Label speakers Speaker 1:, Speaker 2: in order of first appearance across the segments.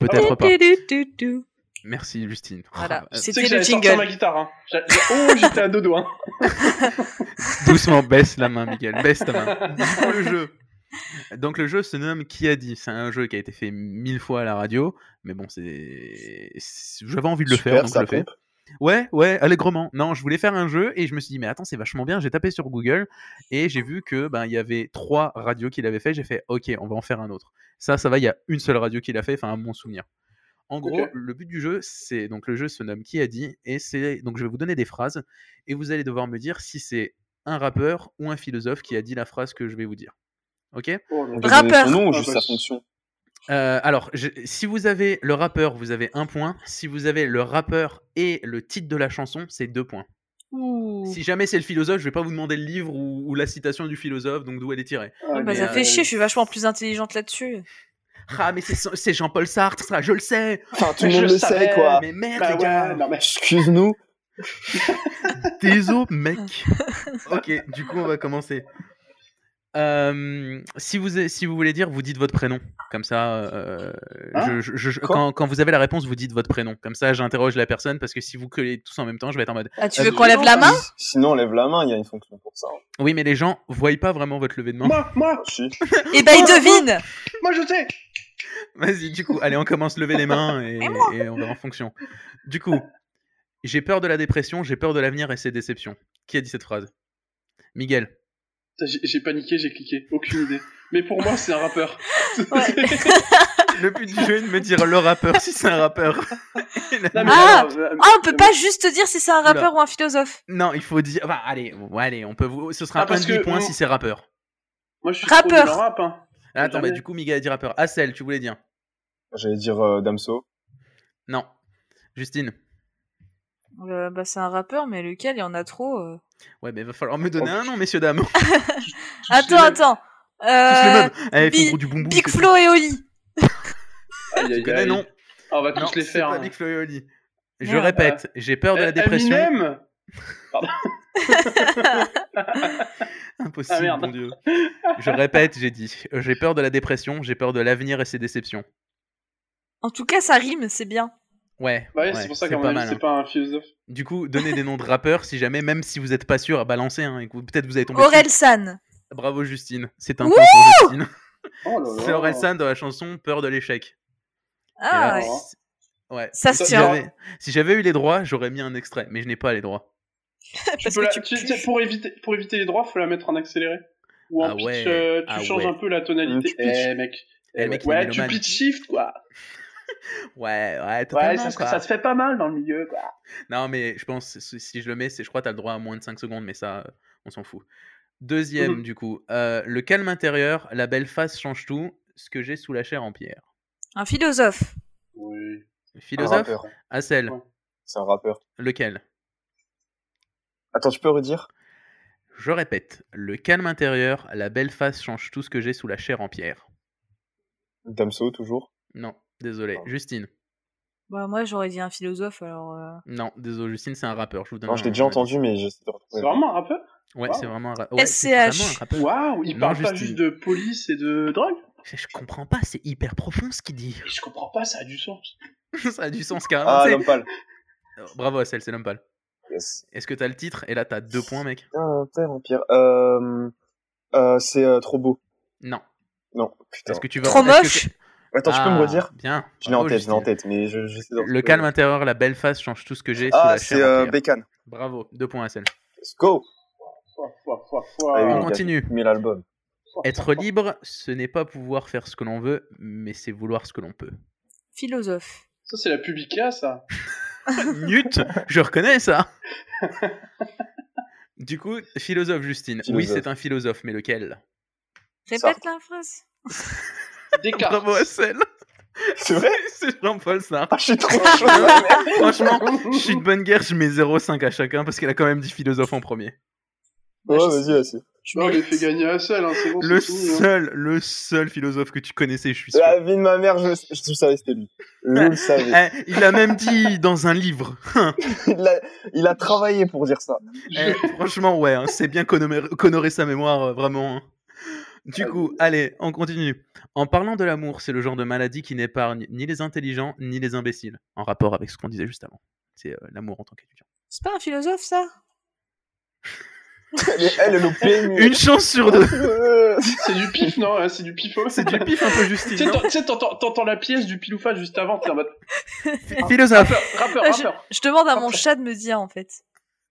Speaker 1: Peut-être pas.
Speaker 2: Du-du-du-du.
Speaker 1: Merci Justine. Oh, euh,
Speaker 2: Voilà.
Speaker 3: Tu sais
Speaker 2: C'était
Speaker 3: que
Speaker 2: le
Speaker 3: j'allais sortir ma
Speaker 2: jingle.
Speaker 3: guitare. Hein. J'a- Oh, j'étais à deux doigts. hein.
Speaker 1: Doucement, baisse la main, Miguel. Baisse ta main. Dis-moi le jeu. Donc le jeu se nomme Qui a dit. C'est un jeu qui a été fait mille fois à la radio, mais bon, c'est. c'est- J'avais envie de le
Speaker 4: Super,
Speaker 1: faire, donc je
Speaker 4: ça
Speaker 1: le fais.
Speaker 4: pompe.
Speaker 1: Ouais, ouais, allègrement. Non, je voulais faire un jeu et je me suis dit mais attends c'est vachement bien. J'ai tapé sur Google et j'ai vu que ben il y avait trois radios qui l'avaient fait. J'ai fait ok, on va en faire un autre. Ça, ça va. Il y a une seule radio qui l'a fait. Enfin, à mon souvenir. En gros,
Speaker 3: Ok.
Speaker 1: le but du jeu, c'est donc le jeu se nomme Qui a dit et c'est donc je vais vous donner des phrases et vous allez devoir me dire si c'est un rappeur ou un philosophe qui a dit la phrase que je vais vous dire. Ok
Speaker 3: Oh,
Speaker 4: On
Speaker 3: non.
Speaker 4: peut donner
Speaker 2: Rappeur.
Speaker 4: son nom ou
Speaker 3: Ah,
Speaker 4: juste
Speaker 3: bah,
Speaker 4: sa
Speaker 3: si.
Speaker 4: fonction
Speaker 1: Euh, alors, je- si vous avez le rappeur, vous avez un point. Si vous avez le rappeur et le titre de la chanson, c'est deux points.
Speaker 2: Ouh.
Speaker 1: Si jamais c'est le philosophe, je vais pas vous demander le livre ou, ou la citation du philosophe, donc d'où elle est tirée.
Speaker 3: Ah,
Speaker 2: Bah,
Speaker 1: mais,
Speaker 2: ça
Speaker 1: euh,
Speaker 2: fait chier, je suis vachement plus intelligente là-dessus.
Speaker 1: Ah, mais c'est c'est Jean-Paul Sartre, ça, je le sais.
Speaker 4: Enfin, tout
Speaker 3: Mais
Speaker 4: le monde
Speaker 3: je
Speaker 4: le sait,
Speaker 3: savais,
Speaker 4: quoi.
Speaker 1: Mais merde,
Speaker 3: Bah
Speaker 1: les
Speaker 3: ouais,
Speaker 1: gars.
Speaker 3: non, mais
Speaker 4: Excuse-nous.
Speaker 1: Désolé, mec. ok, du coup, on va commencer. Euh, si, vous, si vous voulez dire, vous dites votre prénom. Comme ça, euh,
Speaker 3: Hein
Speaker 1: je- je- je-
Speaker 3: Quoi
Speaker 1: quand, quand vous avez la réponse, vous dites votre prénom. Comme ça, j'interroge la personne parce que si vous collez tous en même temps, je vais être en mode.
Speaker 2: Ah, tu
Speaker 4: Ah,
Speaker 2: veux
Speaker 4: mais-
Speaker 2: qu'on lève la main
Speaker 4: Sinon, on lève la main, il y a une fonction pour ça. hein.
Speaker 1: Oui, mais les gens voient pas vraiment votre lever de main.
Speaker 3: moi, moi,
Speaker 4: Si.
Speaker 2: Eh ben, il devine
Speaker 3: moi, je sais.
Speaker 1: Vas-y, du coup, allez, on commence, lever les mains et, et on va en fonction. Du coup, j'ai peur de la dépression, j'ai peur de l'avenir et ses déceptions. Qui a dit cette phrase Miguel.
Speaker 3: Putain, J'ai j'ai paniqué, j'ai cliqué. Aucune idée. Mais pour moi, c'est un rappeur.
Speaker 2: Ouais.
Speaker 1: Le but du jeu est de me dire le rappeur si c'est un rappeur.
Speaker 3: Non,
Speaker 2: Ah
Speaker 3: alors, euh,
Speaker 2: Ah, on peut pas juste dire si c'est un
Speaker 1: Oula.
Speaker 2: rappeur ou un philosophe.
Speaker 1: Non, il faut dire. Bah, allez, ouais, allez, on peut vous. Ce sera
Speaker 3: Ah,
Speaker 1: un
Speaker 3: parce
Speaker 1: demi
Speaker 3: que
Speaker 1: point
Speaker 3: on-
Speaker 1: si c'est rappeur.
Speaker 3: Moi, je suis
Speaker 2: Rappeur.
Speaker 3: trop nul en rap. Hein.
Speaker 1: Attends, bah,
Speaker 3: jamais.
Speaker 1: du coup, Miguel a dit rappeur. Assel, tu voulais dire
Speaker 4: J'allais dire euh, Damso.
Speaker 1: Non. Justine.
Speaker 2: Euh, bah, c'est un rappeur, mais lequel Il y en a trop. euh.
Speaker 1: Ouais, mais va falloir me
Speaker 3: Oh.
Speaker 1: donner un nom, messieurs, dames.
Speaker 3: Euh,
Speaker 1: Tous
Speaker 3: Tous les
Speaker 2: Attends,
Speaker 3: mêmes.
Speaker 2: attends.
Speaker 1: les
Speaker 2: Euh,
Speaker 1: mêmes. Allez, fais
Speaker 2: Bi-
Speaker 1: le gros du boum boum,
Speaker 2: Big
Speaker 1: c'est-
Speaker 2: Flo et Oli.
Speaker 3: Aïe, aïe,
Speaker 1: Tu connais,
Speaker 3: aïe.
Speaker 1: non
Speaker 3: Ah, on va tous
Speaker 1: Non,
Speaker 3: les
Speaker 1: c'est
Speaker 3: faire.
Speaker 1: pas
Speaker 3: hein.
Speaker 1: Big Flo et Oli. Je
Speaker 2: Merde.
Speaker 1: répète, j'ai peur de la
Speaker 3: Eh,
Speaker 1: dépression.
Speaker 3: Eminem
Speaker 1: Impossible,
Speaker 3: Ah, merde.
Speaker 1: mon Dieu. Je répète, j'ai dit, euh, j'ai peur de la dépression, j'ai peur de l'avenir et ses déceptions.
Speaker 2: En tout cas, ça rime, c'est bien.
Speaker 1: Ouais,
Speaker 3: Bah ouais,
Speaker 1: ouais,
Speaker 3: c'est pour ça
Speaker 1: c'est
Speaker 3: qu'à mon
Speaker 1: pas
Speaker 3: avis,
Speaker 1: mal,
Speaker 3: c'est
Speaker 1: hein.
Speaker 3: pas un philosophe.
Speaker 1: Du coup, donnez des noms de rappeurs si jamais, même si vous n'êtes pas sûr à balancer, hein, et que vous- peut-être vous avez tombé. dessus.
Speaker 2: Aurel San.
Speaker 1: Bravo Justine, c'est un
Speaker 2: Wouh
Speaker 1: point pour Justine.
Speaker 3: Oh là là.
Speaker 1: C'est Orelsan dans la chanson Peur de l'échec. Et
Speaker 2: Ah,
Speaker 1: là,
Speaker 2: ouais.
Speaker 1: si- ouais.
Speaker 2: ça se
Speaker 3: Ça-
Speaker 1: Si
Speaker 2: tient.
Speaker 3: Tiens.
Speaker 1: j'avais, si j'avais eu les droits, j'aurais mis un extrait, mais je n'ai pas les droits.
Speaker 3: Tu
Speaker 2: Parce
Speaker 3: peux
Speaker 2: que
Speaker 3: la-
Speaker 2: tu
Speaker 3: tu-
Speaker 2: pues.
Speaker 3: tu- pour, éviter, pour éviter les droits, faut la mettre en accéléré. Ou en
Speaker 1: Ah
Speaker 3: pitch,
Speaker 1: ouais,
Speaker 3: euh, tu
Speaker 1: ah
Speaker 3: changes
Speaker 1: ouais.
Speaker 3: un peu la tonalité.
Speaker 4: Mm, tu pitches.
Speaker 3: Eh, mec.
Speaker 1: Eh, le mec, il est
Speaker 3: ouais, tu
Speaker 1: mélomane.
Speaker 3: pitch shift, quoi.
Speaker 1: Ouais, ouais,
Speaker 3: Ouais,
Speaker 1: totalement.
Speaker 3: ça, se-
Speaker 1: quoi.
Speaker 3: ça se fait pas mal dans le milieu, quoi.
Speaker 1: Non, mais je pense, si si je le mets, c'est, je crois, t'as le droit à moins de 5 secondes, mais ça, euh, on s'en fout. Deuxième,
Speaker 4: Mmh.
Speaker 3: Mhm.
Speaker 1: du coup, euh, le calme intérieur, la belle face change tout, ce que j'ai sous la chair en pierre.
Speaker 2: Un philosophe.
Speaker 3: Oui.
Speaker 4: Un
Speaker 1: Philosophe
Speaker 4: rappeur.
Speaker 1: Assel,
Speaker 3: Ouais.
Speaker 4: C'est un rappeur.
Speaker 1: lequel
Speaker 4: Attends, tu peux redire
Speaker 1: Je répète, le calme intérieur, la belle face change tout ce que j'ai sous la chair en pierre.
Speaker 4: Damso, toujours.
Speaker 1: Non, désolé.
Speaker 4: Pardon.
Speaker 1: Justine.
Speaker 2: Bah, moi, j'aurais dit un philosophe, alors. euh,
Speaker 1: Non, désolé, Justine, c'est un rappeur. Je Ah, vous donne
Speaker 4: Non,
Speaker 1: un-
Speaker 4: je l'ai déjà
Speaker 1: un-
Speaker 4: entendu, mais j'essaie de
Speaker 3: C'est
Speaker 4: retrouver.
Speaker 3: vraiment un rappeur
Speaker 1: Ouais,
Speaker 3: Wow.
Speaker 1: c'est vraiment un, ra- ouais, c'est
Speaker 2: SCH.
Speaker 1: vraiment un rappeur.
Speaker 3: Waouh, il
Speaker 1: Non,
Speaker 3: parle pas
Speaker 1: Justine.
Speaker 3: juste de police et de drogue
Speaker 1: Je, je comprends pas, c'est hyper profond ce qu'il dit.
Speaker 3: Mais Je comprends pas, ça a du sens.
Speaker 1: ça a du sens carrément.
Speaker 4: Ah,
Speaker 1: tu sais.
Speaker 4: Lompal.
Speaker 1: Bravo, Assel, c'est Lompal.
Speaker 4: Yes.
Speaker 1: Est-ce que t'as le titre Et là, t'as deux points, mec.
Speaker 4: Ah, Terre Empire. Euh, euh, c'est euh, trop beau.
Speaker 1: Non.
Speaker 4: Non, putain.
Speaker 1: Est-ce que tu vas
Speaker 2: Trop
Speaker 1: est-ce que
Speaker 2: moche.
Speaker 1: tu-
Speaker 4: Attends, tu peux
Speaker 1: Ah,
Speaker 4: me redire
Speaker 1: Bien.
Speaker 4: Je l'ai en
Speaker 1: Bravo,
Speaker 4: tête, je l'ai en
Speaker 1: Justine.
Speaker 4: tête, mais je- j'essaie de
Speaker 1: Le
Speaker 4: retrouver.
Speaker 1: calme intérieur, la belle face change tout ce que j'ai sous
Speaker 4: Ah,
Speaker 1: la chair
Speaker 4: c'est
Speaker 1: en
Speaker 4: euh,
Speaker 1: pierre.
Speaker 4: Bécane.
Speaker 1: Bravo, deux points, Assel.
Speaker 4: Let's go
Speaker 3: Foi, foi, foi,
Speaker 4: Ah
Speaker 3: foi.
Speaker 4: oui,
Speaker 1: On
Speaker 4: les gars.
Speaker 1: continue.
Speaker 4: Mais l'album.
Speaker 3: Foi,
Speaker 1: Être
Speaker 3: foi, foi.
Speaker 1: libre, ce n'est pas pouvoir faire ce que l'on veut, mais c'est vouloir ce que l'on peut.
Speaker 2: Philosophe.
Speaker 3: Ça, c'est la publica, ça.
Speaker 1: Nut, je reconnais ça. Du coup, philosophe Justine. Oui,
Speaker 4: Philosophe.
Speaker 1: c'est un philosophe, mais lequel
Speaker 2: Répète la phrase.
Speaker 3: Descartes.
Speaker 1: Bravo à celle.
Speaker 4: C'est vrai
Speaker 1: C'est Jean-Paul Sartre.
Speaker 4: Ah, je suis trop chaud là.
Speaker 1: Franchement, je suis de bonne guerre, je mets 0,5 à chacun parce qu'elle a quand même dit philosophe en premier.
Speaker 4: Ouais, vas-y, vas-y.
Speaker 2: Tu
Speaker 3: Non, mais
Speaker 2: mérites.
Speaker 3: fais gagner à seul, hein, c'est bon,
Speaker 1: Le
Speaker 3: c'est fini. hein.
Speaker 1: seul, le seul philosophe que tu connaissais, je suis sûr.
Speaker 4: La vie de ma mère, je, je, je savais que c'était lui. Je le savais.
Speaker 1: Eh, il a même dit dans un livre.
Speaker 4: Il a, il a travaillé pour dire ça.
Speaker 1: Eh, franchement, ouais, hein, c'est bien qu'honorer qu'honorer sa mémoire, euh, vraiment. hein. Du coup, allez, on continue. En parlant de l'amour, c'est le genre de maladie qui n'épargne ni les intelligents ni les imbéciles, en rapport avec ce qu'on disait juste avant. C'est euh, l'amour en tant qu'étudiant.
Speaker 2: C'est pas un philosophe, ça
Speaker 4: Elle, elle le Euh, PMU.
Speaker 1: Une chance sur deux
Speaker 3: C'est du pif, non hein, C'est du pifo.
Speaker 1: C'est du pif un peu
Speaker 3: Tu
Speaker 1: Justine.
Speaker 3: sais,
Speaker 1: non
Speaker 3: t'en- tu sais, t'entends t'entends la pièce du piloufa juste avant. t'es en mode,
Speaker 1: Ph- Philosophe.
Speaker 3: Rappeur,
Speaker 2: Ah, je,
Speaker 3: rappeur.
Speaker 2: je demande à mon chat de me dire, en fait.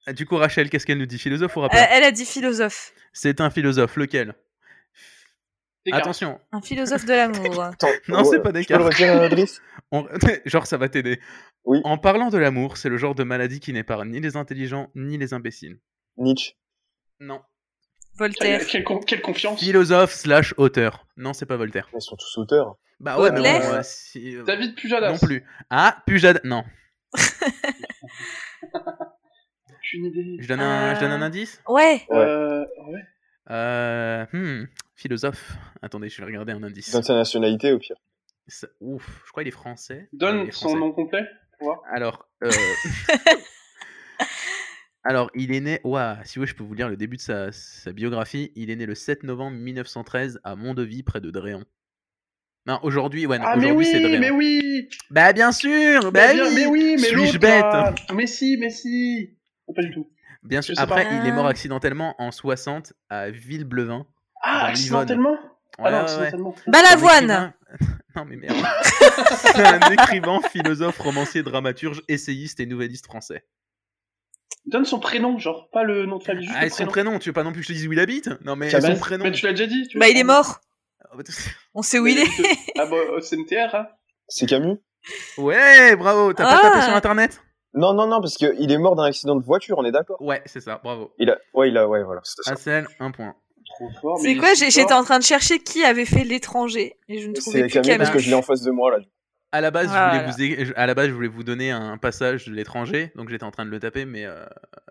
Speaker 1: Ah, Du coup, Rachel, qu'est-ce qu'elle nous dit Philosophe ou
Speaker 2: Euh,
Speaker 1: rappeur
Speaker 2: elle a dit philosophe.
Speaker 1: C'est un philosophe, lequel
Speaker 3: Descartes.
Speaker 1: Attention,
Speaker 2: Un philosophe de l'amour.
Speaker 4: Attends,
Speaker 1: non, c'est
Speaker 4: Oh, ouais.
Speaker 1: pas
Speaker 4: Tu peux
Speaker 1: Descartes.
Speaker 4: le redire, euh, Driss
Speaker 1: On- Genre, ça va t'aider.
Speaker 4: Oui.
Speaker 1: En parlant de l'amour, c'est le genre de maladie qui n'épargne ni les intelligents ni les imbéciles.
Speaker 4: Nietzsche.
Speaker 1: Non.
Speaker 2: Voltaire.
Speaker 3: Quelle, quelle con- quelle confiance.
Speaker 1: Philosophe slash auteur. Non, c'est pas Voltaire.
Speaker 4: Ils sont tous auteurs.
Speaker 1: Bah ouais, mais
Speaker 2: Baudelaire
Speaker 1: bon, euh, si, euh,
Speaker 3: David Pujadas.
Speaker 1: non plus. Ah, Pujad. Non.
Speaker 3: Aucune idée.
Speaker 1: Je donne un, je donne un
Speaker 2: Euh.
Speaker 1: indice.
Speaker 2: Ouais.
Speaker 3: Euh, ouais.
Speaker 1: Euh, hmm, philosophe. Attendez, je vais regarder un indice.
Speaker 4: Donne sa nationalité, au pire.
Speaker 1: Ça- Ouf, je crois qu'il est français. Ouais, il
Speaker 3: Donne
Speaker 1: est
Speaker 3: son
Speaker 1: français.
Speaker 3: nom complet. pour voir.
Speaker 1: Alors, euh, alors il est né. Ouah, si oui, je peux vous lire le début de sa, sa biographie. Il est né le 7 novembre 1913 à Mondeville, près de Dréon. Non, aujourd'hui, ouais, non,
Speaker 3: Ah, mais
Speaker 1: aujourd'hui
Speaker 3: oui,
Speaker 1: c'est Dréon.
Speaker 3: mais oui.
Speaker 1: Bah bien sûr, bah
Speaker 3: mais, bien-
Speaker 1: oui,
Speaker 3: mais oui, mais
Speaker 1: suis-je
Speaker 3: l'autre,
Speaker 1: bête
Speaker 3: là. Ah, Mais si, mais si. Oh, pas du tout.
Speaker 1: Bien sûr.
Speaker 3: Je sais
Speaker 1: Après,
Speaker 2: pas.
Speaker 1: il est mort accidentellement en 60 à Villeblevin.
Speaker 3: Ah,
Speaker 1: Dans
Speaker 3: accidentellement
Speaker 1: Ouais,
Speaker 3: Ah non,
Speaker 1: ouais, ouais.
Speaker 3: accidentellement.
Speaker 2: Bah- Balavoine.
Speaker 1: Un écrivain- non mais merde. C'est un écrivain, philosophe, romancier, dramaturge, essayiste et nouvelliste français.
Speaker 3: Donne son prénom, genre, pas le nom de famille, juste
Speaker 1: Ah,
Speaker 3: le
Speaker 1: et son
Speaker 3: prénom.
Speaker 1: prénom, tu veux pas non plus que je te dise où il habite Non mais
Speaker 4: Cabane.
Speaker 1: son prénom.
Speaker 3: Mais tu l'as déjà dit tu
Speaker 2: Bah,
Speaker 3: vois.
Speaker 2: il est mort.
Speaker 1: Ah,
Speaker 2: On sait où il est.
Speaker 3: Ah bah, euh, c'est MTR, hein.
Speaker 4: C'est Camus
Speaker 1: Ouais, bravo. T'as pas
Speaker 2: Ah.
Speaker 1: tapé sur internet
Speaker 4: Non, non, non, parce qu'il est mort d'un accident de voiture, on est d'accord
Speaker 1: Ouais, c'est ça. Bravo.
Speaker 4: Il a... Ouais, il a... Ouais, voilà. c'était ça.
Speaker 1: Axel, un point.
Speaker 3: Trop fort, Oh, mais
Speaker 2: C'est
Speaker 3: il
Speaker 2: quoi
Speaker 3: est
Speaker 2: j'ai-
Speaker 3: fort.
Speaker 2: J'étais en train de chercher qui avait fait l'étranger et je ne trouvais
Speaker 4: C'est
Speaker 2: plus
Speaker 4: Camus
Speaker 2: Camus.
Speaker 4: parce que je l'ai en face de moi, là.
Speaker 1: À la base,
Speaker 2: Voilà.
Speaker 1: je voulais vous, é- à la base, je voulais vous donner un passage de l'étranger, donc j'étais en train de le taper, mais euh,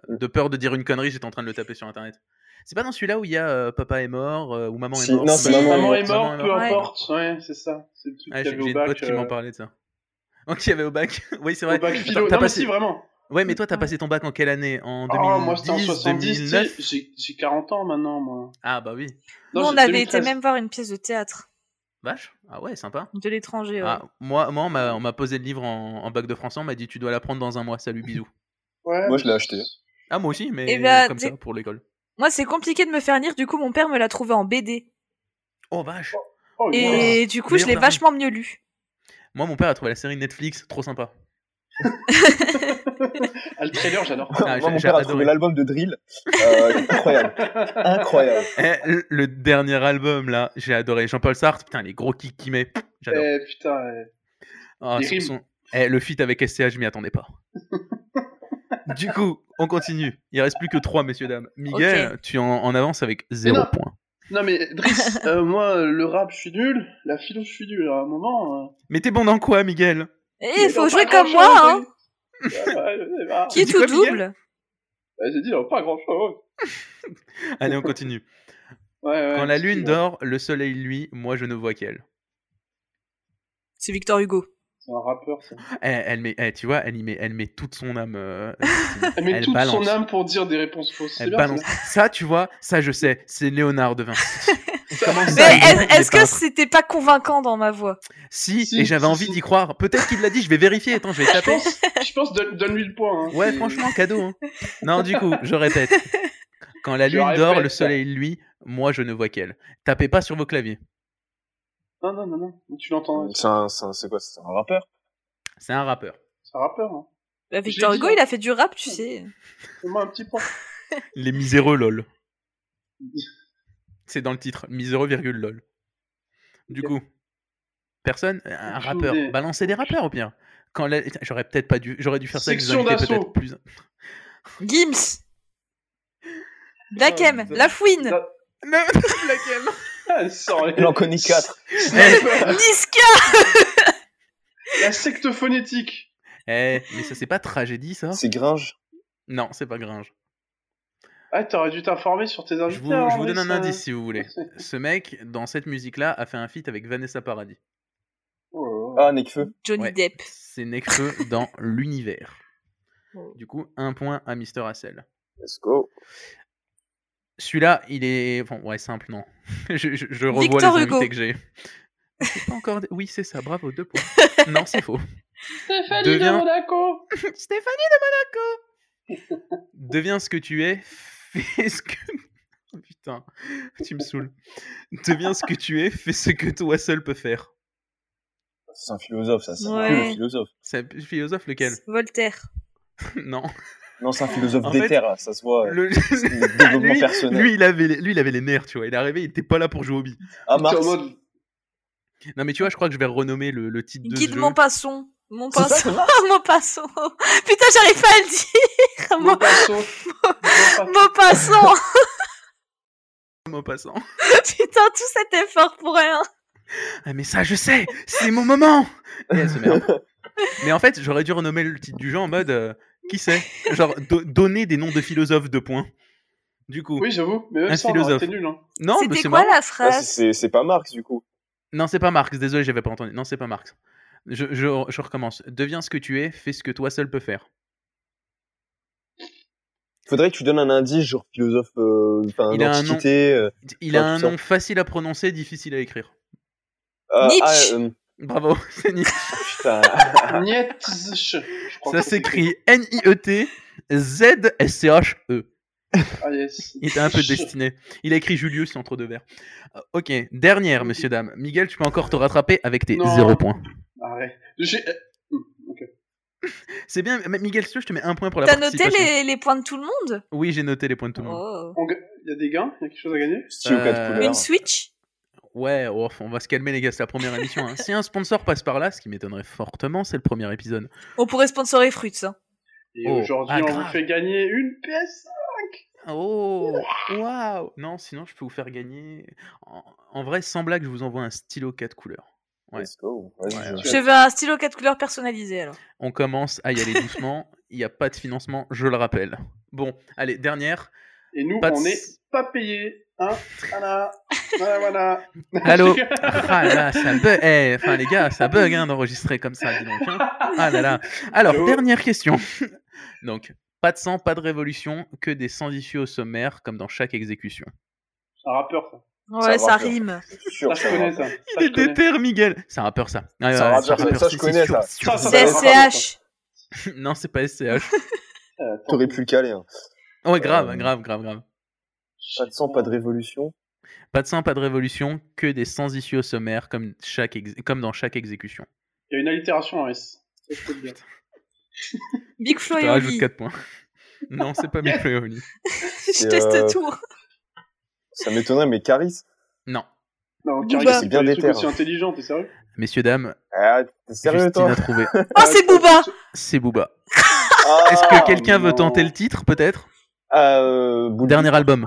Speaker 3: Mm.
Speaker 1: de peur de dire une connerie, j'étais en train de le taper sur internet. C'est pas dans celui-là où il y a euh, papa est mort euh, ou maman est
Speaker 4: Si,
Speaker 1: morte.
Speaker 4: non,
Speaker 1: c'est
Speaker 4: c'est
Speaker 1: pas-
Speaker 4: Maman
Speaker 3: Maman est
Speaker 1: est
Speaker 3: morte,
Speaker 1: morte.
Speaker 3: peu
Speaker 2: Ouais.
Speaker 3: importe. Ouais, c'est ça. C'est le
Speaker 1: Ouais,
Speaker 3: truc qu'il y
Speaker 1: J'ai
Speaker 3: avait
Speaker 1: j'ai
Speaker 3: au
Speaker 1: une pote
Speaker 3: bac.
Speaker 1: qui m'en
Speaker 3: euh,
Speaker 1: parlait de ça. Oh, qui avait au bac. oui, c'est
Speaker 3: Au
Speaker 1: vrai.
Speaker 3: bac
Speaker 1: Attends,
Speaker 3: philo.
Speaker 1: t'as
Speaker 3: Non, mais
Speaker 1: passé-
Speaker 3: si, vraiment.
Speaker 1: Ouais, mais toi, t'as passé ton bac en quelle année En 2010,
Speaker 3: Ah, moi, c'était en 70. tu sais,
Speaker 1: 2009
Speaker 3: J'ai j'ai 40 ans maintenant, moi.
Speaker 1: Ah, bah oui.
Speaker 2: Nous,
Speaker 3: Non,
Speaker 2: on
Speaker 3: j'ai
Speaker 2: avait été
Speaker 3: 2013.
Speaker 2: même voir une pièce de théâtre
Speaker 1: Vache. Ah ouais, sympa.
Speaker 2: de l'étranger. ouais.
Speaker 1: Ah, moi, moi, on m'a- on m'a posé le livre en, en bac de français, on m'a dit tu dois l'apprendre dans un mois, salut, bisous.
Speaker 3: Ouais.
Speaker 4: Moi, je l'ai acheté.
Speaker 1: Ah, moi aussi, mais
Speaker 2: Eh ben,
Speaker 1: comme
Speaker 2: t'es-
Speaker 1: ça, pour l'école.
Speaker 2: Moi, c'est compliqué de me faire lire. Du coup, mon père me l'a trouvé en BD.
Speaker 1: Oh vache
Speaker 3: Oh, yes.
Speaker 2: Et du coup, je
Speaker 1: Meilleur
Speaker 2: l'ai
Speaker 1: parent.
Speaker 2: vachement mieux lu.
Speaker 1: Moi, mon père a trouvé la série Netflix, trop sympa.
Speaker 3: Ah, le trailer, j'adore.
Speaker 1: Ah,
Speaker 4: Moi,
Speaker 1: j'ai-
Speaker 4: mon
Speaker 1: j'ai
Speaker 4: père a
Speaker 1: adoré.
Speaker 4: trouvé l'album de Drill. Euh, incroyable. Incroyable.
Speaker 1: Eh, le- le dernier album, là, j'ai adoré. Jean-Paul Sartre, putain, les gros kicks qu'il met, pff, j'adore.
Speaker 3: Eh, putain. eh.
Speaker 1: Ah,
Speaker 3: les
Speaker 1: sur
Speaker 3: rimes.
Speaker 1: son- Eh, le feat avec SCH, je m'y attendais pas. du coup, on continue. Il reste plus que 3, messieurs, dames. Miguel, tu en, en avances avec 0
Speaker 3: non.
Speaker 1: point.
Speaker 3: Non, mais Driss, euh, moi, le rap, je suis nul. La philo, je suis nul. À un moment. euh,
Speaker 1: Mais t'es bon dans quoi, Miguel
Speaker 2: Et
Speaker 3: Mais
Speaker 2: il Eh, faut
Speaker 3: dans
Speaker 2: jouer
Speaker 3: pas
Speaker 2: comme
Speaker 3: grand-chose,
Speaker 2: moi, hein,
Speaker 3: oui. Ah, ouais, ouais, bah,
Speaker 2: qui est
Speaker 1: dis
Speaker 2: tout
Speaker 1: quoi,
Speaker 2: double.
Speaker 3: bah, J'ai dit, non, pas grand chose.
Speaker 1: Allez, on continue.
Speaker 3: Ouais,
Speaker 4: Euh,
Speaker 3: ouais,
Speaker 1: Quand la
Speaker 3: c'est
Speaker 1: lune
Speaker 3: bon.
Speaker 1: dort, le soleil, lui, moi, je ne vois qu'elle.
Speaker 2: C'est Victor Hugo.
Speaker 3: C'est un rappeur, ça.
Speaker 1: Eh, elle met, eh, tu vois, elle, y met, elle met toute son âme. euh,
Speaker 3: Elle met toute
Speaker 1: balance.
Speaker 3: son âme pour dire des réponses fausses. C'est
Speaker 1: Elle
Speaker 3: bien,
Speaker 1: balance.
Speaker 3: ça.
Speaker 1: Ça, tu vois, ça, je sais, c'est Léonard de Vinci. Comment
Speaker 2: Mais
Speaker 1: ça, il est
Speaker 2: est- est-ce que
Speaker 1: peintre
Speaker 2: c'était pas convaincant dans ma voix
Speaker 1: Si,
Speaker 3: Si,
Speaker 1: et j'avais
Speaker 3: si,
Speaker 1: envie
Speaker 3: si.
Speaker 1: d'y croire. Peut-être qu'il l'a dit, je vais vérifier. Attends, je vais
Speaker 3: Je
Speaker 1: taper.
Speaker 3: pense, je pense donne- donne-lui le point. hein.
Speaker 1: Ouais,
Speaker 3: C'est-
Speaker 1: franchement, cadeau. hein. Non, du coup, je répète. Quand la
Speaker 3: Je
Speaker 1: lune dort,
Speaker 3: répète.
Speaker 1: le soleil, lui, moi, je ne vois qu'elle. Tapez pas sur vos claviers.
Speaker 3: Non, non, non, non. Tu l'entends.
Speaker 4: C'est un, c'est un- c'est quoi C'est un rappeur
Speaker 1: C'est un rappeur.
Speaker 3: C'est un rappeur. Hein.
Speaker 2: Bah, Victor
Speaker 3: J'ai dit,
Speaker 2: Hugo,
Speaker 3: hein.
Speaker 2: il a fait du rap, tu sais.
Speaker 3: Fais-moi un petit point.
Speaker 1: Les miséreux, lol. C'est dans le titre. Miséreux, virgule, lol. Du
Speaker 3: Ok.
Speaker 1: coup, personne Un
Speaker 3: Aucune
Speaker 1: rappeur.
Speaker 3: idée.
Speaker 1: Balancez des rappeurs, au pire. Quand la- J'aurais peut-être pas dû. J'aurais dû faire ça avec des
Speaker 3: Section
Speaker 1: invités
Speaker 3: d'assaut.
Speaker 1: peut-être plus.
Speaker 2: Gims. Black M,
Speaker 1: bizarre.
Speaker 2: La Fouine,
Speaker 1: Non,
Speaker 3: Ah, elle sort, elle-
Speaker 4: Il en connaît quatre.
Speaker 2: Niska.
Speaker 3: La secte phonétique.
Speaker 1: Eh, mais ça, c'est pas tragédie, ça
Speaker 4: C'est Gringe.
Speaker 1: Non, c'est pas Gringe.
Speaker 3: Ah, t'aurais dû t'informer sur tes
Speaker 1: Je
Speaker 3: invités. hein,
Speaker 1: vous,
Speaker 3: alors,
Speaker 1: je vous
Speaker 3: mais
Speaker 1: donne un
Speaker 3: ça-
Speaker 1: indice si vous voulez. Ce mec, dans cette musique-là, a fait un feat avec Vanessa Paradis.
Speaker 3: Oh là là.
Speaker 4: Ah, Necfeu.
Speaker 2: Johnny
Speaker 1: Ouais.
Speaker 2: Depp.
Speaker 1: C'est Nekfeu dans l'univers.
Speaker 3: Oh.
Speaker 2: Ouais.
Speaker 1: Du coup, un point à Mister Hassel.
Speaker 4: Let's go.
Speaker 1: Celui-là, il est. Enfin, ouais, simple, non. je, je- je revois
Speaker 2: Victor
Speaker 1: les
Speaker 2: Hugo.
Speaker 1: invités que j'ai. C'est pas encore. Oui, c'est ça, bravo, deux points. non, c'est faux.
Speaker 3: Stéphanie
Speaker 1: Deviens-
Speaker 3: de Monaco
Speaker 1: Stéphanie de Monaco Deviens ce que tu es, fais ce que. Putain, tu me saoules. Deviens ce que tu es, fais ce que toi seul peux faire.
Speaker 4: C'est un philosophe, ça. C'est un
Speaker 2: Ouais.
Speaker 4: le philosophe.
Speaker 1: C'est un philosophe lequel
Speaker 2: Voltaire.
Speaker 1: Non.
Speaker 4: Non, c'est un philosophe
Speaker 1: En fait,
Speaker 4: d'éther, là, ça se voit. euh,
Speaker 1: Le-
Speaker 4: c'est le développement
Speaker 1: lui,
Speaker 4: personnel.
Speaker 1: lui, il avait les... lui, il avait les nerfs, tu vois. Il est arrivé, il était pas là pour jouer au billes.
Speaker 4: Ah,
Speaker 3: T'es en
Speaker 4: Marx.
Speaker 3: mode,
Speaker 1: Non, mais tu vois, je crois que je vais renommer le, le titre de ce
Speaker 2: Guide
Speaker 1: jeu.
Speaker 2: mon passon. Mon
Speaker 4: C'est ça, c'est
Speaker 2: passon. Mon passon. Putain, j'arrive pas à le dire.
Speaker 3: mon
Speaker 2: Mon,
Speaker 3: perso, mon perso.
Speaker 2: mon passant.
Speaker 1: Maupassant.
Speaker 2: Putain, tout cet effort pour rien.
Speaker 1: Ah, mais ça, je sais, c'est mon moment Et elle se merde. Mais en fait, j'aurais dû renommer le titre du jeu en mode euh, qui sait Genre, do- donner des noms de philosophes, deux points. Du coup,
Speaker 3: Oui, j'avoue, mais même
Speaker 1: Un
Speaker 3: ça, on aurait
Speaker 1: philosophe.
Speaker 3: été nul. Hein.
Speaker 1: non, mais
Speaker 2: C'était
Speaker 1: c'est
Speaker 2: quoi
Speaker 1: marrant.
Speaker 2: la
Speaker 4: Ah, c'est-
Speaker 2: phrase
Speaker 4: c'est c'est pas Marx, du coup.
Speaker 1: Non, c'est pas Marx, désolé, j'avais pas entendu. Non, c'est pas Marx. Je, je, je recommence. Deviens ce que tu es, fais ce que toi seul peux faire.
Speaker 4: Faudrait que tu donnes un indice, genre philosophe, euh, enfin,
Speaker 1: Il a un nom.
Speaker 4: entité. euh,
Speaker 1: Il a
Speaker 4: Ouais,
Speaker 1: un
Speaker 4: putain.
Speaker 1: nom facile à prononcer, difficile à écrire.
Speaker 4: ah,
Speaker 2: Nietzsche.
Speaker 4: ah, euh,
Speaker 1: Bravo, c'est Nietzsche.
Speaker 4: putain. Ah.
Speaker 3: Nietzsche. Je crois
Speaker 1: Ça
Speaker 3: que c'est
Speaker 1: s'écrit E N-I-E-T. Z-S-C-H-E.
Speaker 3: Ah yes.
Speaker 1: Il était un peu destiné. Il a écrit Julius entre deux vers. Euh, ok, dernière, monsieur, dame. Miguel, tu peux encore te rattraper avec tes
Speaker 3: Non.
Speaker 1: 0 points.
Speaker 3: Arrête. J'ai-
Speaker 1: C'est bien, mais Miguel, si tu veux, je te mets un point pour la
Speaker 2: T'as noté
Speaker 1: participation.
Speaker 2: les, les points de tout le monde
Speaker 1: Oui, j'ai noté les points de tout le monde.
Speaker 2: Oh.
Speaker 3: on ga- Il y a des gains, il y a quelque chose à gagner.
Speaker 4: Style ou
Speaker 1: Euh,
Speaker 4: quatre couleurs.
Speaker 2: Une Switch
Speaker 1: Ouais, oh, on va se calmer, les gars, c'est la première émission. hein. Si un sponsor passe par là, ce qui m'étonnerait fortement, c'est le premier épisode.
Speaker 2: On pourrait sponsorer Fruits. hein.
Speaker 3: Et
Speaker 1: Oh,
Speaker 3: aujourd'hui,
Speaker 1: ah,
Speaker 3: on
Speaker 1: grave.
Speaker 3: vous fait gagner une pièce.
Speaker 1: Oh, waouh Non, sinon, je peux vous faire gagner. En, en vrai, sans blague, je vous envoie un stylo 4 couleurs. Ouais.
Speaker 4: Let's go. Vas-y,
Speaker 1: Ouais,
Speaker 4: je-
Speaker 1: ouais.
Speaker 2: Je veux un stylo 4 couleurs personnalisé alors.
Speaker 1: On commence à y aller doucement. Il n'y a pas de financement, je le rappelle. Bon, allez, dernière.
Speaker 3: Et nous,
Speaker 1: Pas de-
Speaker 3: on n'est pas payés. Hein voilà. voilà, voilà.
Speaker 1: Allô Ah là, ça bug. Eh, enfin, les gars, ça bug hein, d'enregistrer comme ça, dis donc. hein. Ah là là. Alors,
Speaker 3: Yo.
Speaker 1: dernière question. Donc, pas de sang, pas de révolution, que des sandifiés au sommaire, comme dans chaque exécution.
Speaker 3: C'est un rappeur, ça.
Speaker 2: Ouais,
Speaker 4: va
Speaker 2: ça
Speaker 4: faire.
Speaker 2: rime.
Speaker 4: suis sûr,
Speaker 3: ça,
Speaker 4: ça
Speaker 3: je
Speaker 4: va.
Speaker 3: connais, ça. Ça,
Speaker 1: Il est
Speaker 3: je connais.
Speaker 1: déter, Miguel. C'est un rappeur, ça. Ah,
Speaker 4: C'est un
Speaker 1: ouais,
Speaker 4: rappeur,
Speaker 1: c'est
Speaker 4: ça, ça, je
Speaker 1: c'est
Speaker 4: connais,
Speaker 1: sûr,
Speaker 4: ça.
Speaker 1: c'est sûr.
Speaker 3: Ça, ça
Speaker 2: C'est
Speaker 3: va faire.
Speaker 2: SCH.
Speaker 1: Non, c'est pas SCH.
Speaker 3: Euh, attends.
Speaker 4: T'aurais pu le caler. Hein.
Speaker 1: Ouais, grave,
Speaker 4: Euh,
Speaker 1: grave, grave, grave.
Speaker 4: Chaque sang, pas de révolution.
Speaker 1: Pas de sang, pas de révolution, que des sandifiés au sommaire, comme, chaque ex- comme dans chaque exécution.
Speaker 3: Il y a une allitération en S. Ça, je peux le dire.
Speaker 2: Big Flo
Speaker 1: Je te
Speaker 2: et
Speaker 1: rajoute
Speaker 2: Oli.
Speaker 1: 4 points. Non, c'est pas Michael
Speaker 2: Je
Speaker 4: Et,
Speaker 2: teste
Speaker 4: euh,
Speaker 2: tout. Oh,
Speaker 4: Ça m'étonnerait, mais Caris.
Speaker 1: Non.
Speaker 3: Non,
Speaker 2: Booba.
Speaker 3: Karis,
Speaker 4: C'est
Speaker 3: c'est
Speaker 4: bien
Speaker 3: bien des trucs
Speaker 4: déter.
Speaker 3: aussi intelligents, t'es sérieux
Speaker 1: Messieurs, dames,
Speaker 4: Ah, t'es sérieux,
Speaker 1: Justine
Speaker 4: toi
Speaker 1: a trouvé.
Speaker 2: Oh, c'est
Speaker 3: Ah,
Speaker 2: Booba
Speaker 1: C'est Booba.
Speaker 4: Ah,
Speaker 1: Est-ce que quelqu'un veut
Speaker 3: non.
Speaker 1: tenter le titre, peut-être
Speaker 4: Ah, euh, Bouli-
Speaker 1: Dernier album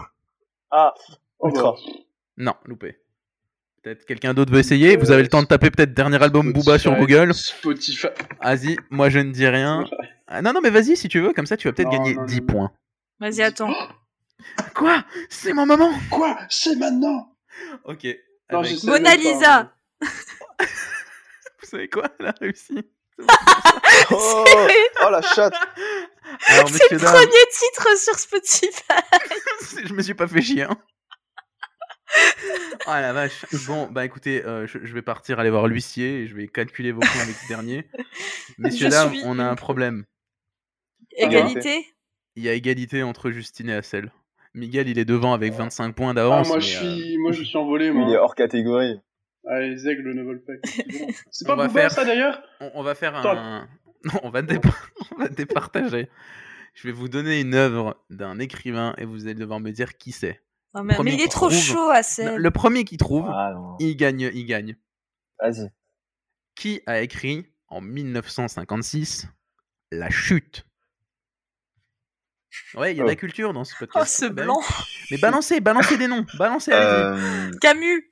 Speaker 3: Oh,
Speaker 4: Ultra.
Speaker 3: bah,
Speaker 1: Non, loupé. Peut-être quelqu'un d'autre veut essayer. Vous avez le temps de taper peut-être dernier album
Speaker 3: Spotify,
Speaker 1: Booba sur Google.
Speaker 3: Spotify.
Speaker 1: Vas-y, moi je ne dis rien. Ah, non, non, mais vas-y si tu veux, comme ça tu vas peut-être
Speaker 3: Non,
Speaker 1: gagner
Speaker 3: non, non,
Speaker 1: 10
Speaker 3: non.
Speaker 1: points.
Speaker 2: Vas-y, attends.
Speaker 1: Quoi C'est mon moment
Speaker 3: Oh, Quoi C'est maintenant
Speaker 1: Ok. Eh ben,
Speaker 3: Non,
Speaker 1: Avec-
Speaker 3: je sais
Speaker 2: Mona
Speaker 3: même pas.
Speaker 2: Lisa.
Speaker 1: Vous savez quoi Elle a réussi.
Speaker 4: Oh, oh, la chatte
Speaker 1: Alors,
Speaker 2: C'est
Speaker 1: messieurs,
Speaker 2: le
Speaker 1: dames,
Speaker 2: premier titre sur Spotify.
Speaker 1: je me suis pas fait chier. hein. Ah la vache. Bon, bah écoutez, euh, je, je vais partir aller voir l'huissier et je vais calculer vos points avec le dernier. Messieurs,
Speaker 2: Je
Speaker 1: dames,
Speaker 2: suis
Speaker 1: on a un
Speaker 2: une-
Speaker 1: problème.
Speaker 2: Égalité.
Speaker 1: il y a égalité entre Justine et Hassel. Miguel, il est devant avec 25 points
Speaker 3: Ah,
Speaker 1: d'avance.
Speaker 3: moi,
Speaker 1: mais,
Speaker 3: je
Speaker 1: euh,
Speaker 3: suis, moi, je suis envolé,
Speaker 4: Il est
Speaker 3: moi.
Speaker 4: hors catégorie.
Speaker 3: Ah, les aigles ne volent pas. C'est
Speaker 1: On
Speaker 3: pas
Speaker 1: va
Speaker 3: Booba,
Speaker 1: faire-
Speaker 3: ça, d'ailleurs
Speaker 1: on, on va faire
Speaker 3: Attends.
Speaker 1: un. Non, on va, dépa- on va départager. Je vais vous donner une œuvre d'un écrivain et vous allez devoir me dire qui c'est.
Speaker 2: Non, mais,
Speaker 1: Premier Bah,
Speaker 2: mais il
Speaker 1: qui
Speaker 2: est trop
Speaker 1: trouve.
Speaker 2: chaud à celle.
Speaker 1: Le premier qui trouve,
Speaker 4: Ah, non.
Speaker 1: il gagne, il gagne.
Speaker 4: Vas-y.
Speaker 1: Qui a écrit en 1956 La chute Ouais, il y a de la
Speaker 4: Oh.
Speaker 1: culture dans ce
Speaker 2: Oh,
Speaker 1: podcast.
Speaker 2: ce
Speaker 1: Bah oui.
Speaker 2: blanc.
Speaker 1: Mais balancez, balancez des noms. Balancez avec des-
Speaker 4: Euh...
Speaker 2: Camus.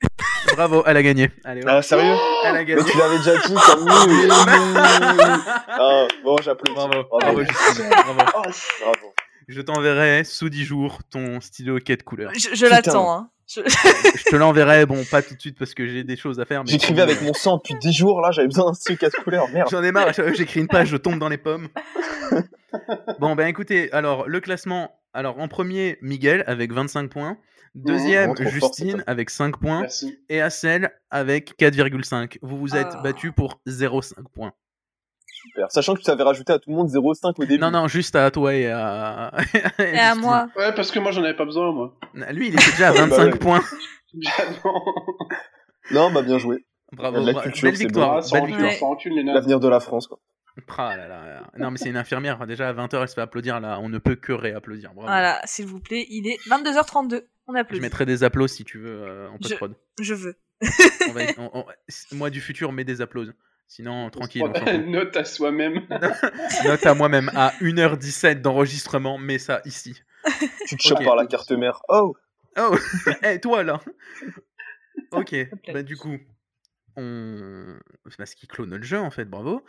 Speaker 1: Bravo, elle a gagné. Allez, hop,
Speaker 4: Ah, sérieux
Speaker 1: elle a
Speaker 4: Mais
Speaker 1: gagné.
Speaker 4: tu l'avais déjà dit, Camille Ah, bon, j'applaudis.
Speaker 1: Bravo,
Speaker 4: Bravo.
Speaker 1: bravo, Justine, bravo.
Speaker 3: Oh, c'est-
Speaker 4: Bravo.
Speaker 1: Je t'enverrai sous 10 jours ton stylo quête couleur.
Speaker 2: Je, je l'attends. hein. Je-
Speaker 1: Je te l'enverrai, bon, pas tout de suite parce que j'ai des choses à faire. mais
Speaker 4: J'écrivais
Speaker 1: promis,
Speaker 4: avec
Speaker 1: euh,
Speaker 4: mon sang depuis 10 jours, là, j'avais besoin d'un truc quatre couleurs, oh, merde.
Speaker 1: J'en ai marre, à chaque fois que j'écris une page, je tombe dans les pommes. Bon, ben écoutez, alors le classement, Alors, en premier, Miguel avec 25 points. Deuxième,
Speaker 4: Vraiment Mmh, trop fort,
Speaker 1: Justine
Speaker 4: cet
Speaker 1: avec 5 points.
Speaker 3: Merci.
Speaker 1: Et Assel avec 4,5. Vous vous êtes
Speaker 2: Ah.
Speaker 1: battu pour 0,5 points.
Speaker 4: Super. Sachant que tu avais rajouté à tout le monde 0,5 au début.
Speaker 1: Non, non, juste à toi et à.
Speaker 2: Et à
Speaker 1: Justine.
Speaker 2: moi.
Speaker 3: Ouais, parce que moi j'en avais pas besoin, moi.
Speaker 1: Lui, il était déjà à
Speaker 4: Bah
Speaker 1: 25
Speaker 4: ouais.
Speaker 1: points.
Speaker 3: Ah non.
Speaker 4: Non, bah bien joué.
Speaker 1: Bravo,
Speaker 4: La
Speaker 1: bra-
Speaker 4: culture,
Speaker 1: belle
Speaker 4: c'est
Speaker 1: victoire.
Speaker 3: Ah, sans
Speaker 1: Belle
Speaker 3: rancune,
Speaker 1: victoire.
Speaker 3: sans rancune, les nains.
Speaker 4: L'avenir de la France, quoi.
Speaker 1: Ah là là là. Non, mais c'est une infirmière. Déjà, à 20h, elle se fait applaudir. Là, on ne peut que réapplaudir. Bravo.
Speaker 2: Voilà, s'il vous plaît, il est 22h32. On
Speaker 1: Je
Speaker 2: applaudit.
Speaker 1: mettrai des applauses si tu veux euh, en
Speaker 2: Je-
Speaker 1: post-prod.
Speaker 2: Je veux.
Speaker 1: On va- on- on- Moi du futur, mets des applauses. Sinon, tranquille. on s'en fout.
Speaker 3: Note à soi-même.
Speaker 1: Note à moi-même à 1h17 d'enregistrement, mets ça ici.
Speaker 4: Tu te chopes
Speaker 1: Ok.
Speaker 4: par la carte mère. Oh
Speaker 1: Oh, hé, toi là Ok,
Speaker 2: plaît.
Speaker 1: bah du coup, on... c'est parce qu'il clone le jeu en fait, bravo.